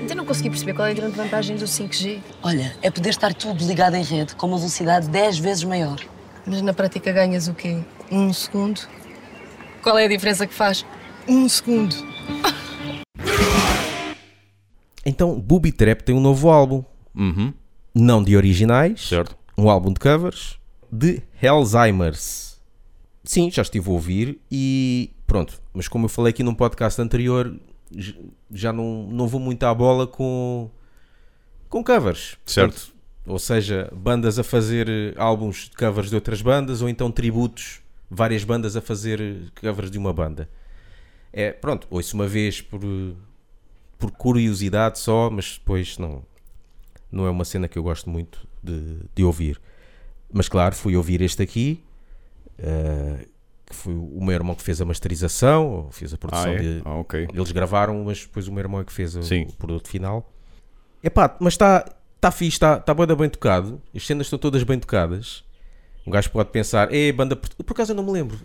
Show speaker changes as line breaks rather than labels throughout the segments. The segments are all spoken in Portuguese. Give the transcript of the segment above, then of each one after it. Ainda não consegui perceber qual é a grande vantagem do 5G.
Olha, é poder estar tudo ligado em rede com uma velocidade 10 vezes maior.
Mas na prática ganhas o quê? Um segundo? Qual é a diferença que faz? Um segundo.
Então, Booby Trap tem um novo álbum.
Uhum,
Não de originais,
certo.
um álbum de covers de Alzheimer's. Sim, já estive a ouvir e pronto. Mas como eu falei aqui num podcast anterior, j- já não, não vou muito à bola com, com covers.
Certo.
Portanto, ou seja, bandas a fazer eh, álbuns de covers de outras bandas ou então tributos, várias bandas a fazer eh, covers de uma banda. É, pronto, ouço uma vez por, eh, por curiosidade só, mas depois não, não é uma cena que eu gosto muito de, de ouvir. Mas claro, fui ouvir este aqui, eh, que foi o meu irmão que fez a masterização, ou fez a
Ah,
produção
é?
de,
Ah, ok.
eles gravaram, mas depois o meu irmão é que fez o,
Sim.
o produto final. Epá, mas está tá fixe, está tá banda bem tocado. As cenas estão todas bem tocadas. Um gajo pode pensar, é banda. port-" Por acaso eu não me lembro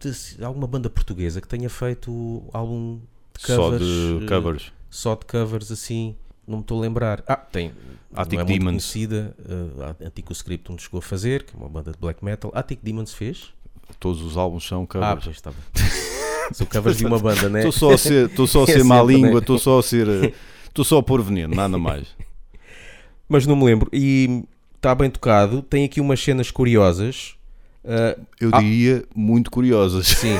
de se- alguma banda portuguesa que tenha feito álbum de
Só
covers.
de
eh,
covers.
Só de covers assim. Não me estou a lembrar. Ah, tem.
Attic
não é muito
Demons.
conhecida. eh, a Antico Script um chegou a fazer, que é uma banda de black metal. Attic Demons fez.
Todos os álbuns são
Ah,
covers.
pois está bem. São covers de uma banda, né?
Estou só a ser, estou só a
É
ser má
sempre, né?
língua, estou só a ser. eh, Estou só a pôr veneno, nada mais.
mas não me lembro. E está bem tocado. Tem aqui umas cenas curiosas. Ah,
Eu diria muito curiosas.
sim.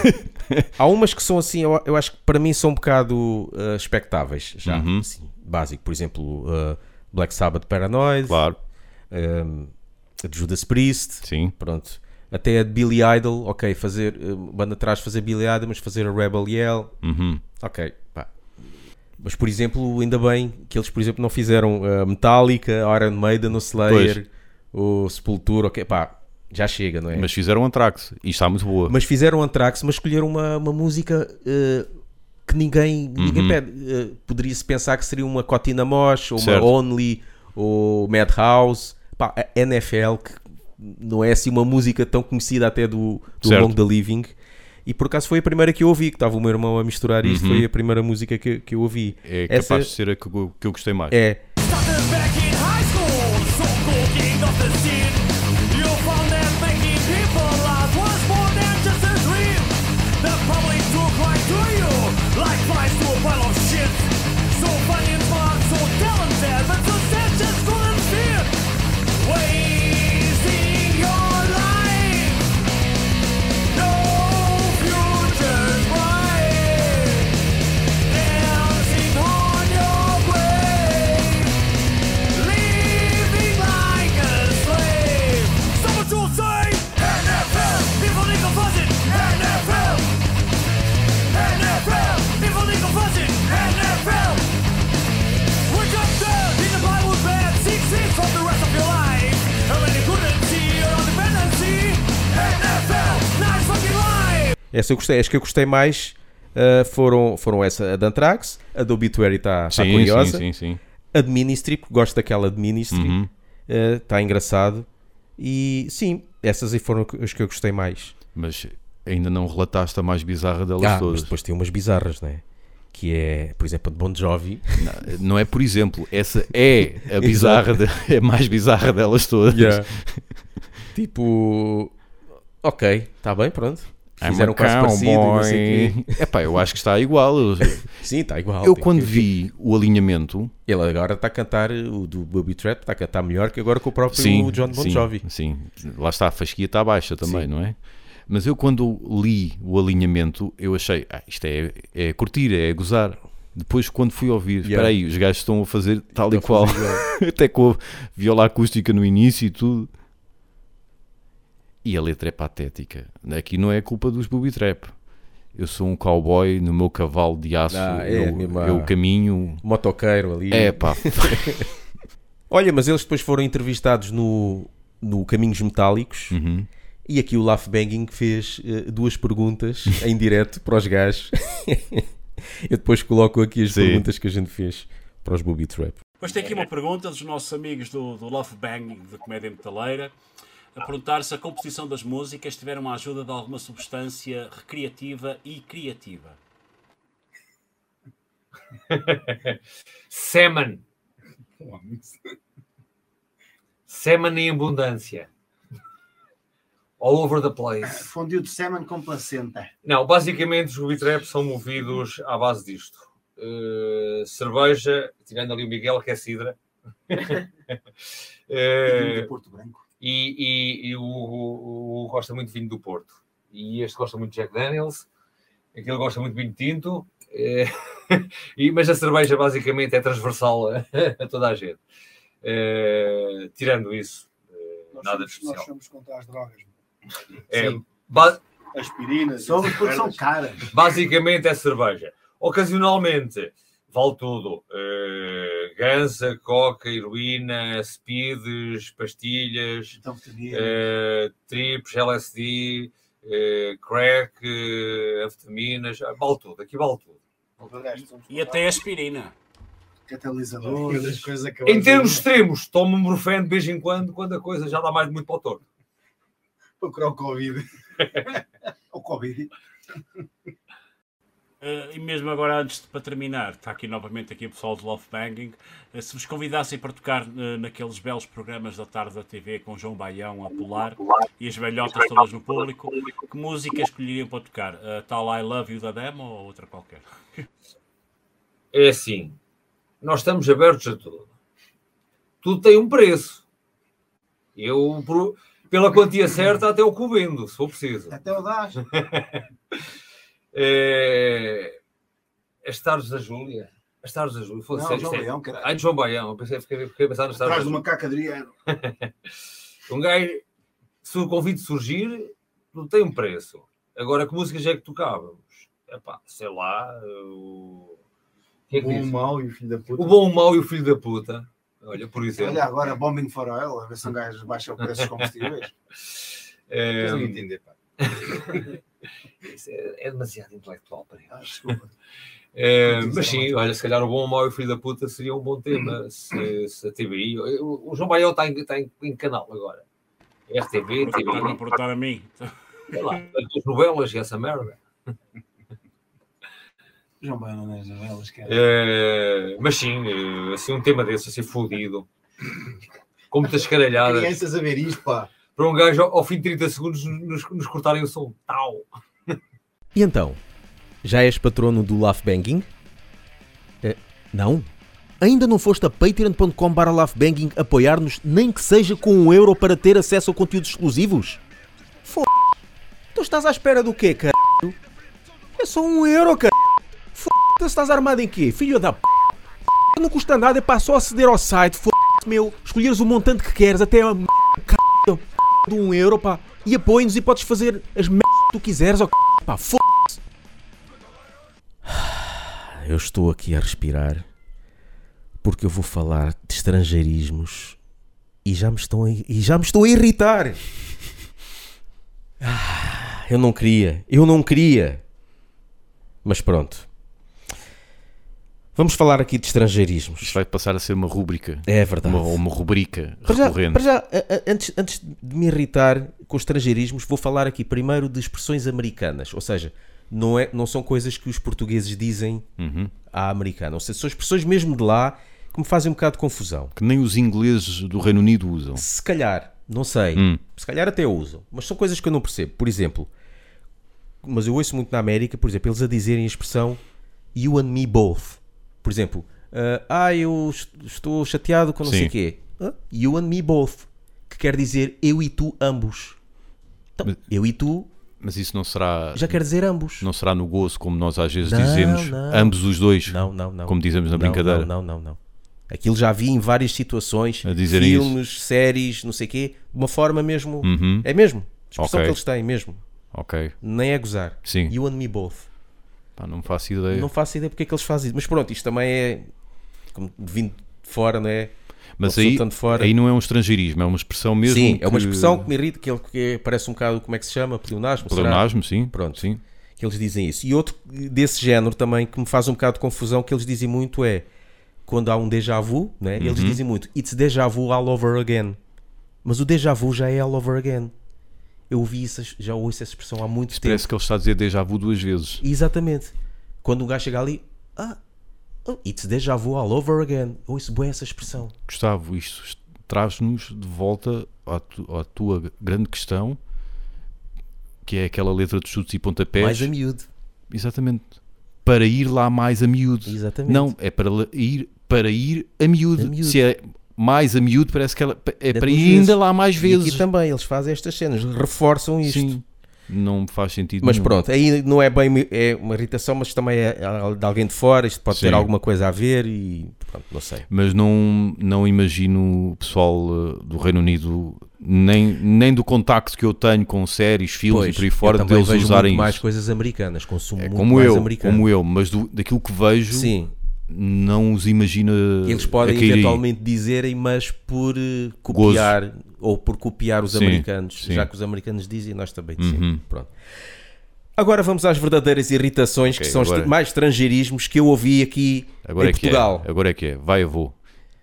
Há umas que são assim, eu, eu acho que para mim são um bocado ah, expectáveis, já,
Uhum.
assim, básico. Por exemplo, ah, Black Sabbath Paranoid,
Claro,
ah, a de Judas Priest,
sim.
pronto. Até a de Billy Idol, ok, fazer, ah, banda atrás fazer Billy Idol, mas fazer a Rebel Yell,
Uhum.
ok, pá. Mas, por exemplo, ainda bem que eles, por exemplo, não fizeram ah, Metallica, Iron Maiden, o Slayer, o Sepultura, ok, pá, já chega, não é?
Mas fizeram Anthrax e está muito boa.
Mas fizeram Anthrax, mas escolheram uma, uma música eh, que ninguém,
Uhum.
ninguém pede. Eh, Poderia-se pensar que seria uma Cotina Mosh, ou
Certo.
uma Only, ou Madhouse. Pá, a NFL, que não é assim uma música tão conhecida até do, do
Certo.
Long the Living. E por acaso foi a primeira que eu ouvi, que estava o meu irmão a misturar isto, foi a primeira música que, que eu ouvi.
Uhum. É capaz
Essa
de ser a que eu, que eu gostei mais.
é.
Started back in high school, so-called king of the scene. You found that making people laugh was more than just a dream. The public took right to you, like flies to a pile of shit. So funny and fun, so talented, but so sad just couldn't fit. Wasting your life, no future bright. Dancing on your grave. Living like a slave. Someone should say NFL. People think I'm buzzing. NFL. NFL. People think I'm buzzing. NFL. Wake up there in the Bible bed. Seek sleep from the rest of your life. And when you couldn't see your own dependency, NFL. Nice fucking life.
Essa eu gostei, as que eu gostei mais eh, foram, foram essa, a de Anthrax, a do Obituary está tá
sim,
curiosa.
sim, sim, sim.
a de Ministry, porque gosto daquela de
Uhum.
Ministry, está tá engraçado. E sim, essas aí foram as que eu gostei mais.
Mas ainda não relataste a mais bizarra delas
Ah, mas
todas.
depois tem umas bizarras, né? Que é, por exemplo, a de Bon Jovi.
Não, não é por exemplo, essa é a bizarra, de- é a mais bizarra delas todas.
tipo, ok, está bem, pronto.
I'm a
Fizeram quase parecido, e não sei o quê.
cowboy. Epá, eu acho que está igual. Eu,
Sim, está igual.
eu
tem
quando
que-
vi o alinhamento,
Ele agora está a cantar o do Booby Trap, está a cantar melhor que agora com o próprio
sim,
John Bon
sim,
Jovi.
sim, lá está, a fasquia está baixa também,
Sim.
não é? Mas eu quando li o alinhamento, eu achei, ah, isto é, é curtir, é gozar. Depois quando fui ouvir,
Yeah.
espera aí, os gajos estão a fazer tal e
Está a
qual,
fazer igual.
até com a viola acústica no início e tudo. E a letra é patética. Aqui não é culpa dos booby trap. Eu sou um cowboy no meu cavalo de aço.
Ah, é,
eu,
mesmo,
eu
ah.
caminho.
Motoqueiro ali.
É pá,
Olha, mas eles depois foram entrevistados no, no Caminhos Metálicos e aqui o Laugh Banging fez eh, duas perguntas em direto para os gajos. Eu depois coloco aqui as
Sim.
perguntas que a gente fez para os Booby Trap.
Mas tem aqui uma pergunta dos nossos amigos do, do Love Bang, de Comédia Metaleira, a perguntar se a composição das músicas tiveram a ajuda de alguma substância recreativa e criativa.
Semen. Semen em abundância. All over the place.
Fundiu de semen com placenta.
Não, basicamente os Ruby Trap são movidos à base disto. Eh, cerveja, tirando ali o Miguel, que é cidra.
Vinho
Eh,
de Porto Branco.
e, e- e o, o- o Hugo gosta muito de vinho do Porto. E este gosta muito de Jack Daniels, aquele gosta muito de vinho tinto, eh, e- mas a cerveja basicamente é transversal a, a toda a gente. Eh, tirando isso, eh,
Nós
nada
somos-
de especial.
Nós somos contra as drogas.
É, ba-
Aspirinas.
Somos
essas
porque são
merdas.
caras.
basicamente é cerveja. Ocasionalmente, vale tudo. Eh, gansa, coca, heroína, speeds, pastilhas,
Então, teria-
eh, trips, LSD, eh, crack, eh, anfetaminas, ah, vale tudo, aqui vale tudo.
De resto, somos
E até aspirina.
catalisadores.
Em termos extremos, tomo um brufeno de vez em quando, quando a coisa já dá mais de muito para o torno.
Procurar o Covid. o Covid.
Eh, e mesmo agora, antes de para terminar, está aqui novamente aqui o pessoal do Love Banging. Eh, se vos convidassem para tocar eh, naqueles belos programas da tarde da TV com João Baião a pular e as velhotas todas no público, que música escolheriam para tocar? A tal I Love You da Demo ou outra qualquer?
É assim, nós estamos abertos a tudo. Tudo tem um preço. Eu, por- pela quantia certa, até o cubendo, se for preciso.
Até o DAS.
Eh, As tardes da Júlia. As tardes da Júlia. Foda-se,
Não,
isto
João
é-
Leão, caralho.
Ai, de João Baião, eu pensei, fiquei, fiquei a pensar nos
Atrás
Estados
do macaco Adriano.
Um gajo, se o convite surgir, não tem um preço. Agora, que músicas é que tocávamos? Epá, sei lá, o... que é que diz?
mau e o filho da puta.
O Bom, o Mau e o Filho da Puta. Olha, por exemplo.
Olha agora, bombing for oil, a ver se um gajo baixa o preço dos combustíveis.
Eh,
Eles não entendem, pá.
isso é, é demasiado intelectual para ele.
Ah, desculpa.
Eh, mas sim, olha, se calhar o Bom, o Mau e o Filho da Puta seria um bom tema. Se, se a TVI... O, o João Baião está em, está em- em canal agora. RTV,
Estão a
TVI,
perguntar a mim.
sei lá. As novelas e essa merda.
João Baião nas novelas, cara.
Eh, mas sim, eh, assim, um tema desse, assim, fodido, com muitas caralhadas,
Crianças a ver isto, pá.
para um gajo ao, ao fim de 30 segundos nos, nos cortarem o som. Tal.
E então, já és patrono do Laugh Banging? Eh, não? Ainda não foste a patreon.com barra laughbanging apoiar-nos nem que seja com um euro para ter acesso a conteúdos exclusivos? F***. Tu estás à espera do quê, caralho? É só um euro, caralho. F***, tu estás armado em quê, filho da p***? Não custa nada, é para só aceder ao site, f***, meu. Escolheres o montante que queres, até a m***, caralho, p***, de um euro, pá. E apoia-nos e podes fazer as merdas que tu quiseres, ó, caralho, pá, f***. Eu estou aqui a respirar porque eu vou falar de estrangeirismos e já me estão a, e já me estou a irritar. Ah, eu não queria, eu não queria. Mas pronto. Vamos falar aqui de estrangeirismos.
Isto vai passar a ser uma rúbrica.
É verdade.
Uma, ou uma rubrica
Para já,
recorrente.
para já, a- a- antes, antes de me irritar com os estrangeirismos, vou falar aqui primeiro de expressões americanas. Ou seja, não, é, não são coisas que os portugueses dizem à americana. Ou seja, são expressões mesmo de lá que me fazem um bocado de confusão.
Que nem os ingleses do Reino Unido usam.
Se calhar, não sei.
Hum.
Se calhar até usam. Mas são coisas que eu não percebo. Por exemplo, mas eu ouço muito na América, por exemplo, eles a dizerem a expressão you and me both. Por exemplo, ah, ah, eu est- estou chateado com não sei
Sim.
o quê. Hã? you and me both. Que quer dizer eu e tu ambos. Então,
Mas-
eu e tu
Mas isso não será,
já quer dizer ambos.
não será no gozo, como nós às vezes
Não,
dizemos,
não.
ambos os dois,
Não, não, não.
como dizemos
Não,
na brincadeira.
Não, não, não, não. Aquilo já vi em várias situações,
A dizerem
filmes, séries, não sei o quê, de uma forma mesmo.
Uhum.
É mesmo. Expressão
Ok.
que eles têm mesmo.
Ok,
Nem é gozar.
Sim.
You and me both.
Pá, não faço ideia.
Não faço ideia porque é que eles fazem isso. Mas pronto, isto também é. Como vindo de fora, não é? Uma
Mas
pessoa
aí,
tanto fora.
aí não é um estrangeirismo, é uma expressão mesmo.
Sim, é uma
que-
expressão que me irrita, que, ele- que parece um bocado, como é que se chama? Pleonasmo, será?
Pleonasmo, sim.
Pronto.
Sim.
Que eles dizem isso. E outro desse género também que me faz um bocado de confusão, que eles dizem muito é, quando há um déjà vu, né? eles dizem muito, it's déjà vu all over again. Mas o déjà vu já é all over again. Eu ouvi isso, já ouço essa expressão há muito tempo.
Parece que ele está a dizer déjà vu duas vezes.
Exatamente. Quando um gajo chega ali, ah, It's déjà vu all over again. Ouço bem essa expressão.
Gustavo, isto est- traz-nos de volta à, tu- à tua grande questão, que é aquela letra de chutes e pontapés.
Mais a miúdo.
Exatamente. Para ir lá mais a miúdo.
Exatamente.
Não, é para la- ir, para ir a miúdo.
A miúdo.
Se é mais a miúdo, parece que ela, é
Ainda
para
duas
ir
vezes.
ainda lá mais
E
vezes.
aqui também eles fazem estas cenas, reforçam isto.
Sim, não me faz sentido.
Mas
nenhum.
pronto, aí não é bem é uma irritação, mas também é de alguém de fora, isto pode
Sim.
ter alguma coisa a ver e pronto, não sei.
Mas não, não imagino o pessoal eh, do Reino Unido, nem, nem do contacto que eu tenho com séries, filmes
Pois,
e por aí
eu
fora,
também
deles
vejo
usarem
muito mais
isso.
coisas americanas, consumo
É
muito
como
mais
eu,
americano.
como eu, mas do- daquilo que vejo,
Sim,
não os imagina.
eles podem
a cair É aí.
eventualmente dizerem, mas por eh, copiar ou por copiar os
Sim,
americanos,
sim.
já que os americanos dizem, nós também
Uhum.
dizemos. Pronto. Agora vamos às verdadeiras irritações
Ok,
que são
agora-
est- mais estrangeirismos que eu ouvi aqui
Agora
em
é que
Portugal.
É, agora é que é, vai eu vou.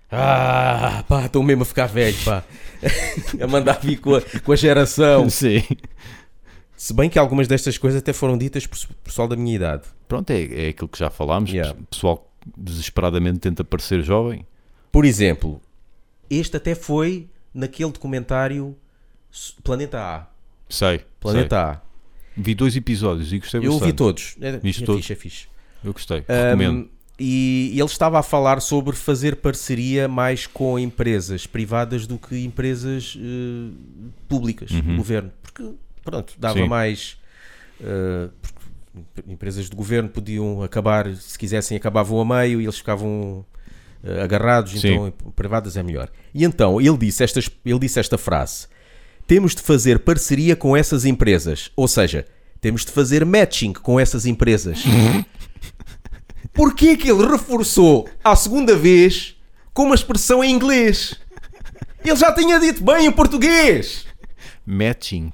Ah, pá, estou mesmo a ficar velho, pá. a mandar vir com a, com a geração.
Sim.
Se bem que algumas destas coisas até foram ditas por pessoal da minha idade.
Pronto, é, é aquilo que já falámos.
Yeah.
O pessoal desesperadamente tenta parecer jovem.
Por exemplo, este até foi naquele documentário S- Planeta A.
Sei.
Planeta A.
sei. Vi dois episódios e gostei
Eu
bastante.
ouvi todos. É,
Viste
é
todos?
fixe, é fixe.
Eu gostei. Recomendo.
Um, e ele estava a falar sobre fazer parceria mais com empresas privadas do que empresas eh, públicas, governo. Porque, pronto, dava
Uhum. Sim.
mais. eh, porque empresas de governo podiam acabar, se quisessem, acabavam a meio e eles ficavam eh, agarrados,
Sim.
então em privadas é melhor. E então ele disse, estas, ele disse esta frase: temos de fazer parceria com essas empresas, ou seja, temos de fazer matching com essas empresas. Porquê que ele reforçou à segunda vez com uma expressão em inglês? Ele já tinha dito bem em português.
Matching.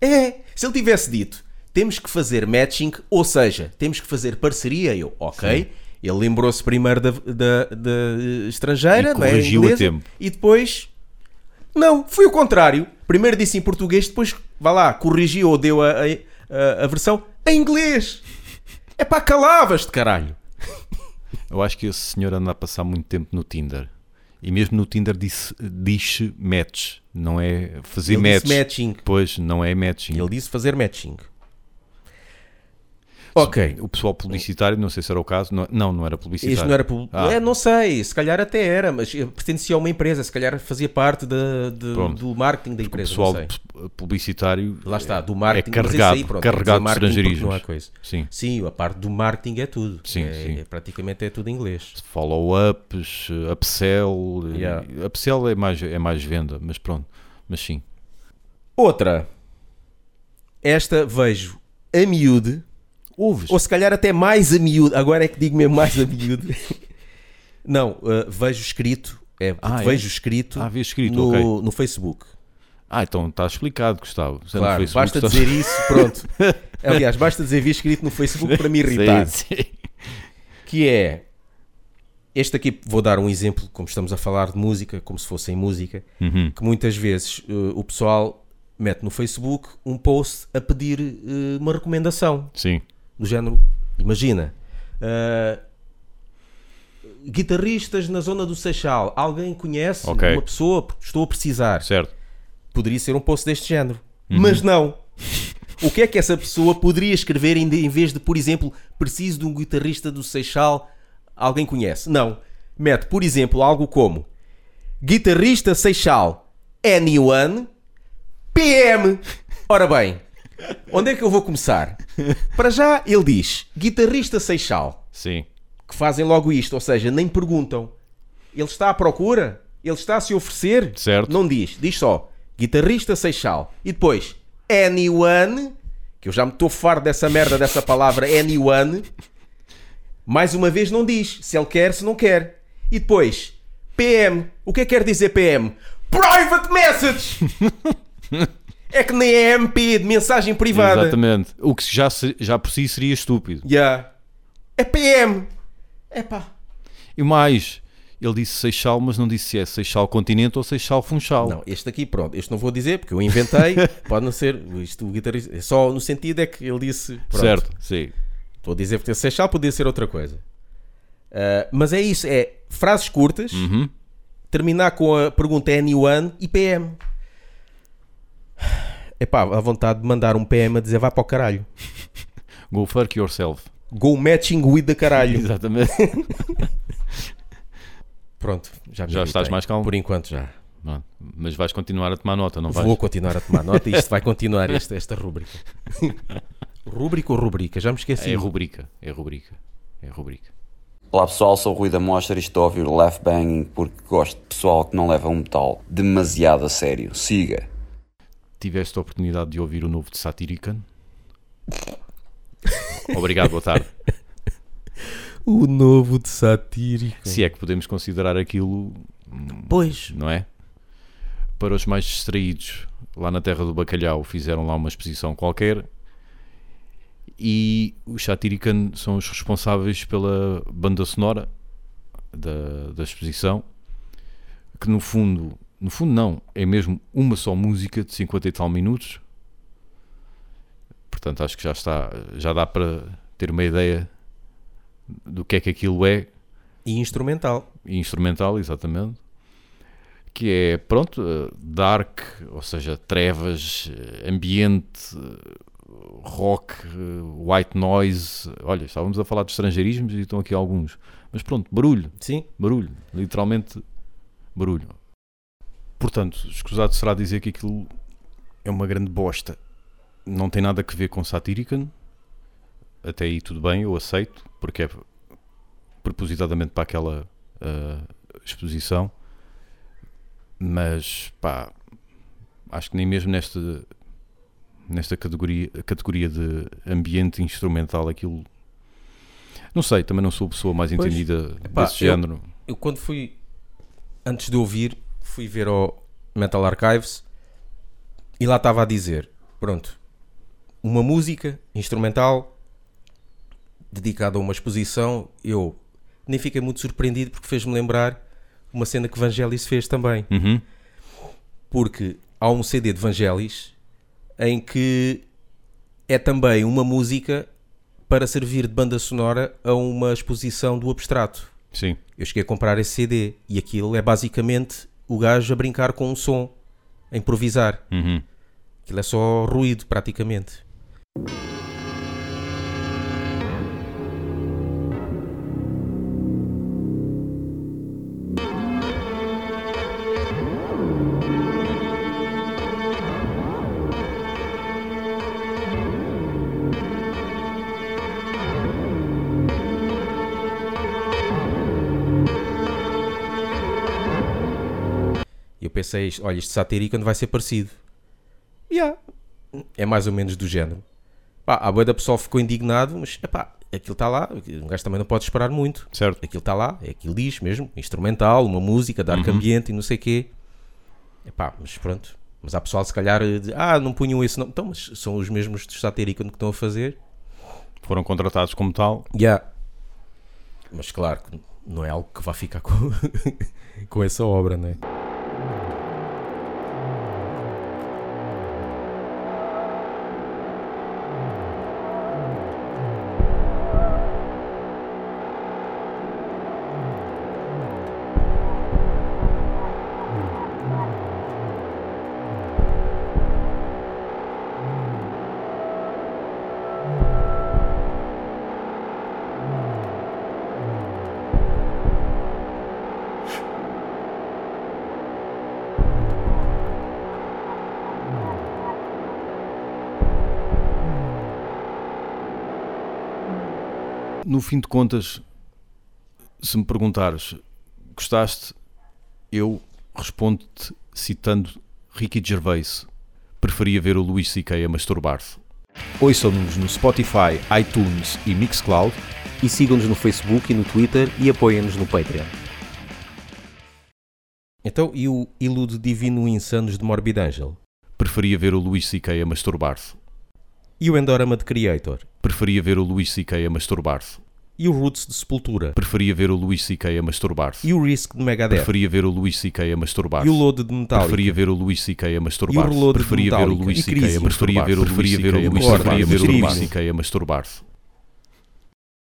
É, se ele tivesse dito, temos que fazer matching, ou seja, temos que fazer parceria, eu, ok. Ele lembrou-se primeiro da, da- da, eh, estrangeira,
E
não é?
corrigiu a
Inglesa,
tempo.
E depois, não, foi o contrário. Primeiro disse em português, depois, vá lá, corrigiu ou deu a, a- a- a versão em inglês. É pá, calavas-te, caralho.
Eu acho que esse senhor anda a passar muito tempo no Tinder. E mesmo no Tinder disse, diz match, não é fazer
Ele
match.
disse matching.
Pois, não é matching.
Ele disse fazer matching. Ok.
O pessoal publicitário, não sei se era o caso, não, não, não era publicitário.
Isto não era público.
Ah,
É, não sei, se calhar até era, mas eh, pertencia a uma empresa, se calhar fazia parte da- de-
Pronto.
do marketing da
o
empresa.
pessoal
não sei.
pu- publicitário
Lá está, do
é
marketing. mas isso
carregado,
aí, pronto,
carregado de
marketing porque
estrangeirismos.
Não há coisa.
Sim.
Sim, a parte do marketing é tudo.
Sim,
É-
sim.
é praticamente é tudo em inglês.
Follow-ups, upsell. eh,
Yeah.
Upsell é mais, é mais venda, mas pronto. Mas sim.
Outra. Esta vejo a miúde,
Ouves?
ou se calhar até mais a miúde. Agora é que digo mesmo mais a miúde. não, eh, vejo escrito. É,
Ah, é?
vejo escrito,
Ah, vês escrito,
no,
ok.
no Facebook.
Ah, então está explicado, Gustavo. Se é no
Claro,
Facebook,
basta
está-
dizer isso, pronto. Aliás, basta dizer vi escrito no Facebook para me irritar.
Sim, sim.
Que é. Este aqui, vou dar um exemplo, como estamos a falar de música, como se fosse em música,
Uhum.
que muitas vezes eh, o pessoal mete no Facebook um post a pedir eh, uma recomendação
Sim.
do género, imagina, ah, guitarristas na zona do Seixal, alguém conhece
Ok.
uma pessoa, Porque estou a precisar.
certo.
Poderia ser um post deste género, mas não. O que é que essa pessoa poderia escrever em em vez de, por exemplo, preciso de um guitarrista do Seixal, alguém conhece? Não. Mete, por exemplo, algo como guitarrista Seixal, anyone, PM. Ora bem, onde é que eu vou começar? Para já, ele diz guitarrista Seixal,
Sim.
que fazem logo isto, ou seja, nem perguntam. Ele está à procura? Ele está a se oferecer?
Certo.
Não diz, diz só guitarrista Seixal. E depois, anyone, que eu já me estou farto dessa merda, dessa palavra anyone. Mais uma vez não diz se ele quer, se não quer. E depois, PM. O que é que quer dizer PM? Private message! é que nem é MP de mensagem privada.
Exatamente. O que já, se- já por si seria estúpido.
Yeah. É PM. Epá.
E mais, ele disse Seixal, mas não disse se é Seixal Continente ou Seixal Funchal.
Não, este aqui, pronto, este não vou dizer porque eu inventei, pode não ser, isto o guitarrista, é só no sentido é que ele disse, pronto,
certo, sim.
Estou a dizer porque Seixal podia ser outra coisa. Ah, mas é isso, é frases curtas,
Uhum.
terminar com a pergunta N1 e PM. Epá, à vontade de mandar um PM a dizer vai para o caralho.
Go fuck yourself.
Go matching with the caralho.
Exatamente.
Pronto, já, me
Já estás
irritei.
mais calmo?
Por enquanto já.
Não, Mas vais continuar a tomar nota, não vais?
Vou continuar a tomar nota e isto vai continuar esta, esta rubrica. rubrica ou rubrica? Já me esqueci.
É rubrica, é rubrica, é rubrica.
Olá pessoal, sou o Rui da Mostra e estou a ouvir o Left Banging porque gosto de pessoal que não leva um metal demasiado a sério. Siga!
Tiveste a oportunidade de ouvir o novo de Satirican? Obrigado, boa tarde.
O novo de satírico.
Se é que podemos considerar aquilo,
Pois.
não é? Para os mais distraídos, lá na Terra do Bacalhau fizeram lá uma exposição qualquer e os Satirican são os responsáveis pela banda sonora da, da exposição, que no fundo, no fundo não, é mesmo uma só música de 50 e tal minutos. Portanto, acho que já está, já dá para ter uma ideia do que é que aquilo é
E instrumental.
e instrumental, exatamente, que é, pronto, eh, dark, ou seja, trevas, eh, ambiente, eh, rock, eh, white noise. Olha, estávamos a falar de estrangeirismos e estão aqui alguns, mas pronto, barulho,
Sim.
barulho, literalmente barulho. Portanto, escusado será dizer que aquilo é uma grande bosta. Não tem nada a ver com Satirican. Até aí tudo bem, eu aceito, porque é propositadamente para aquela ah, exposição. Mas pá, acho que nem mesmo nesta nesta categoria, categoria de ambiente instrumental aquilo não sei, também não sou a pessoa mais
Pois.
entendida
Epá,
desse
eu-
género.
Eu quando fui, antes de ouvir, fui ver ao Metal Archives e lá estava a dizer, pronto, uma música instrumental dedicada a uma exposição, eu nem fiquei muito surpreendido porque fez-me lembrar uma cena que Vangelis fez também.
Uhum.
Porque há um CD de Vangelis em que é também uma música para servir de banda sonora a uma exposição do abstrato.
Sim,
Eu cheguei a comprar esse CD e aquilo é basicamente o gajo a brincar com um som, a improvisar.
Uhum.
Aquilo é só ruído praticamente. E eu pensei, isto- olha, este satírico não vai ser parecido. Yeah. É mais ou menos do género. Pá, a boia da pessoa ficou indignado, mas epá, aquilo está lá, um gajo também não pode esperar muito.
certo.
Aquilo está lá, é aquilo diz mesmo, instrumental, uma música, dark ambiente e não sei quê. Epá, mas pronto. Mas há pessoal se calhar de, ah, não punham esse nome. Então, mas são os mesmos do satírico que estão a fazer.
Foram contratados como tal.
Yeah. Mas claro que não é algo que vá ficar com, com essa obra, não é?
No fim de contas, se me perguntares, gostaste? Eu respondo-te citando Ricky Gervais. Preferia ver o Luís C.K. a masturbar-se. Ouçam-nos no Spotify, iTunes e Mixcloud.
E sigam-nos no Facebook e no Twitter e apoiem-nos no Patreon. Então, e o Iludo Divino Insanos de Morbid Angel?
Preferia ver o Luís C.K. a masturbar-se.
E o Endorama de Creator?
Preferia ver o Luís C.K. a masturbar-se.
E o Roots de Sepultura?
Preferia ver o Luís C.K. a masturbar-se.
E o Risk de Megadeth?
Preferia ver o Luís C.K. a masturbar-se.
E o Load de Metallica?
Preferia ver o Luís C.K. a
E o
masturbar-se.
reload de
Preferia ver o
Metallica.
Luís
E
C.K.
Crisium.
a masturbar-se. Preferia ver o Luís C.K. a
Crisium.
masturbar-se. Preferia ver o Luís
Crisium.
C.K. a masturbar-se.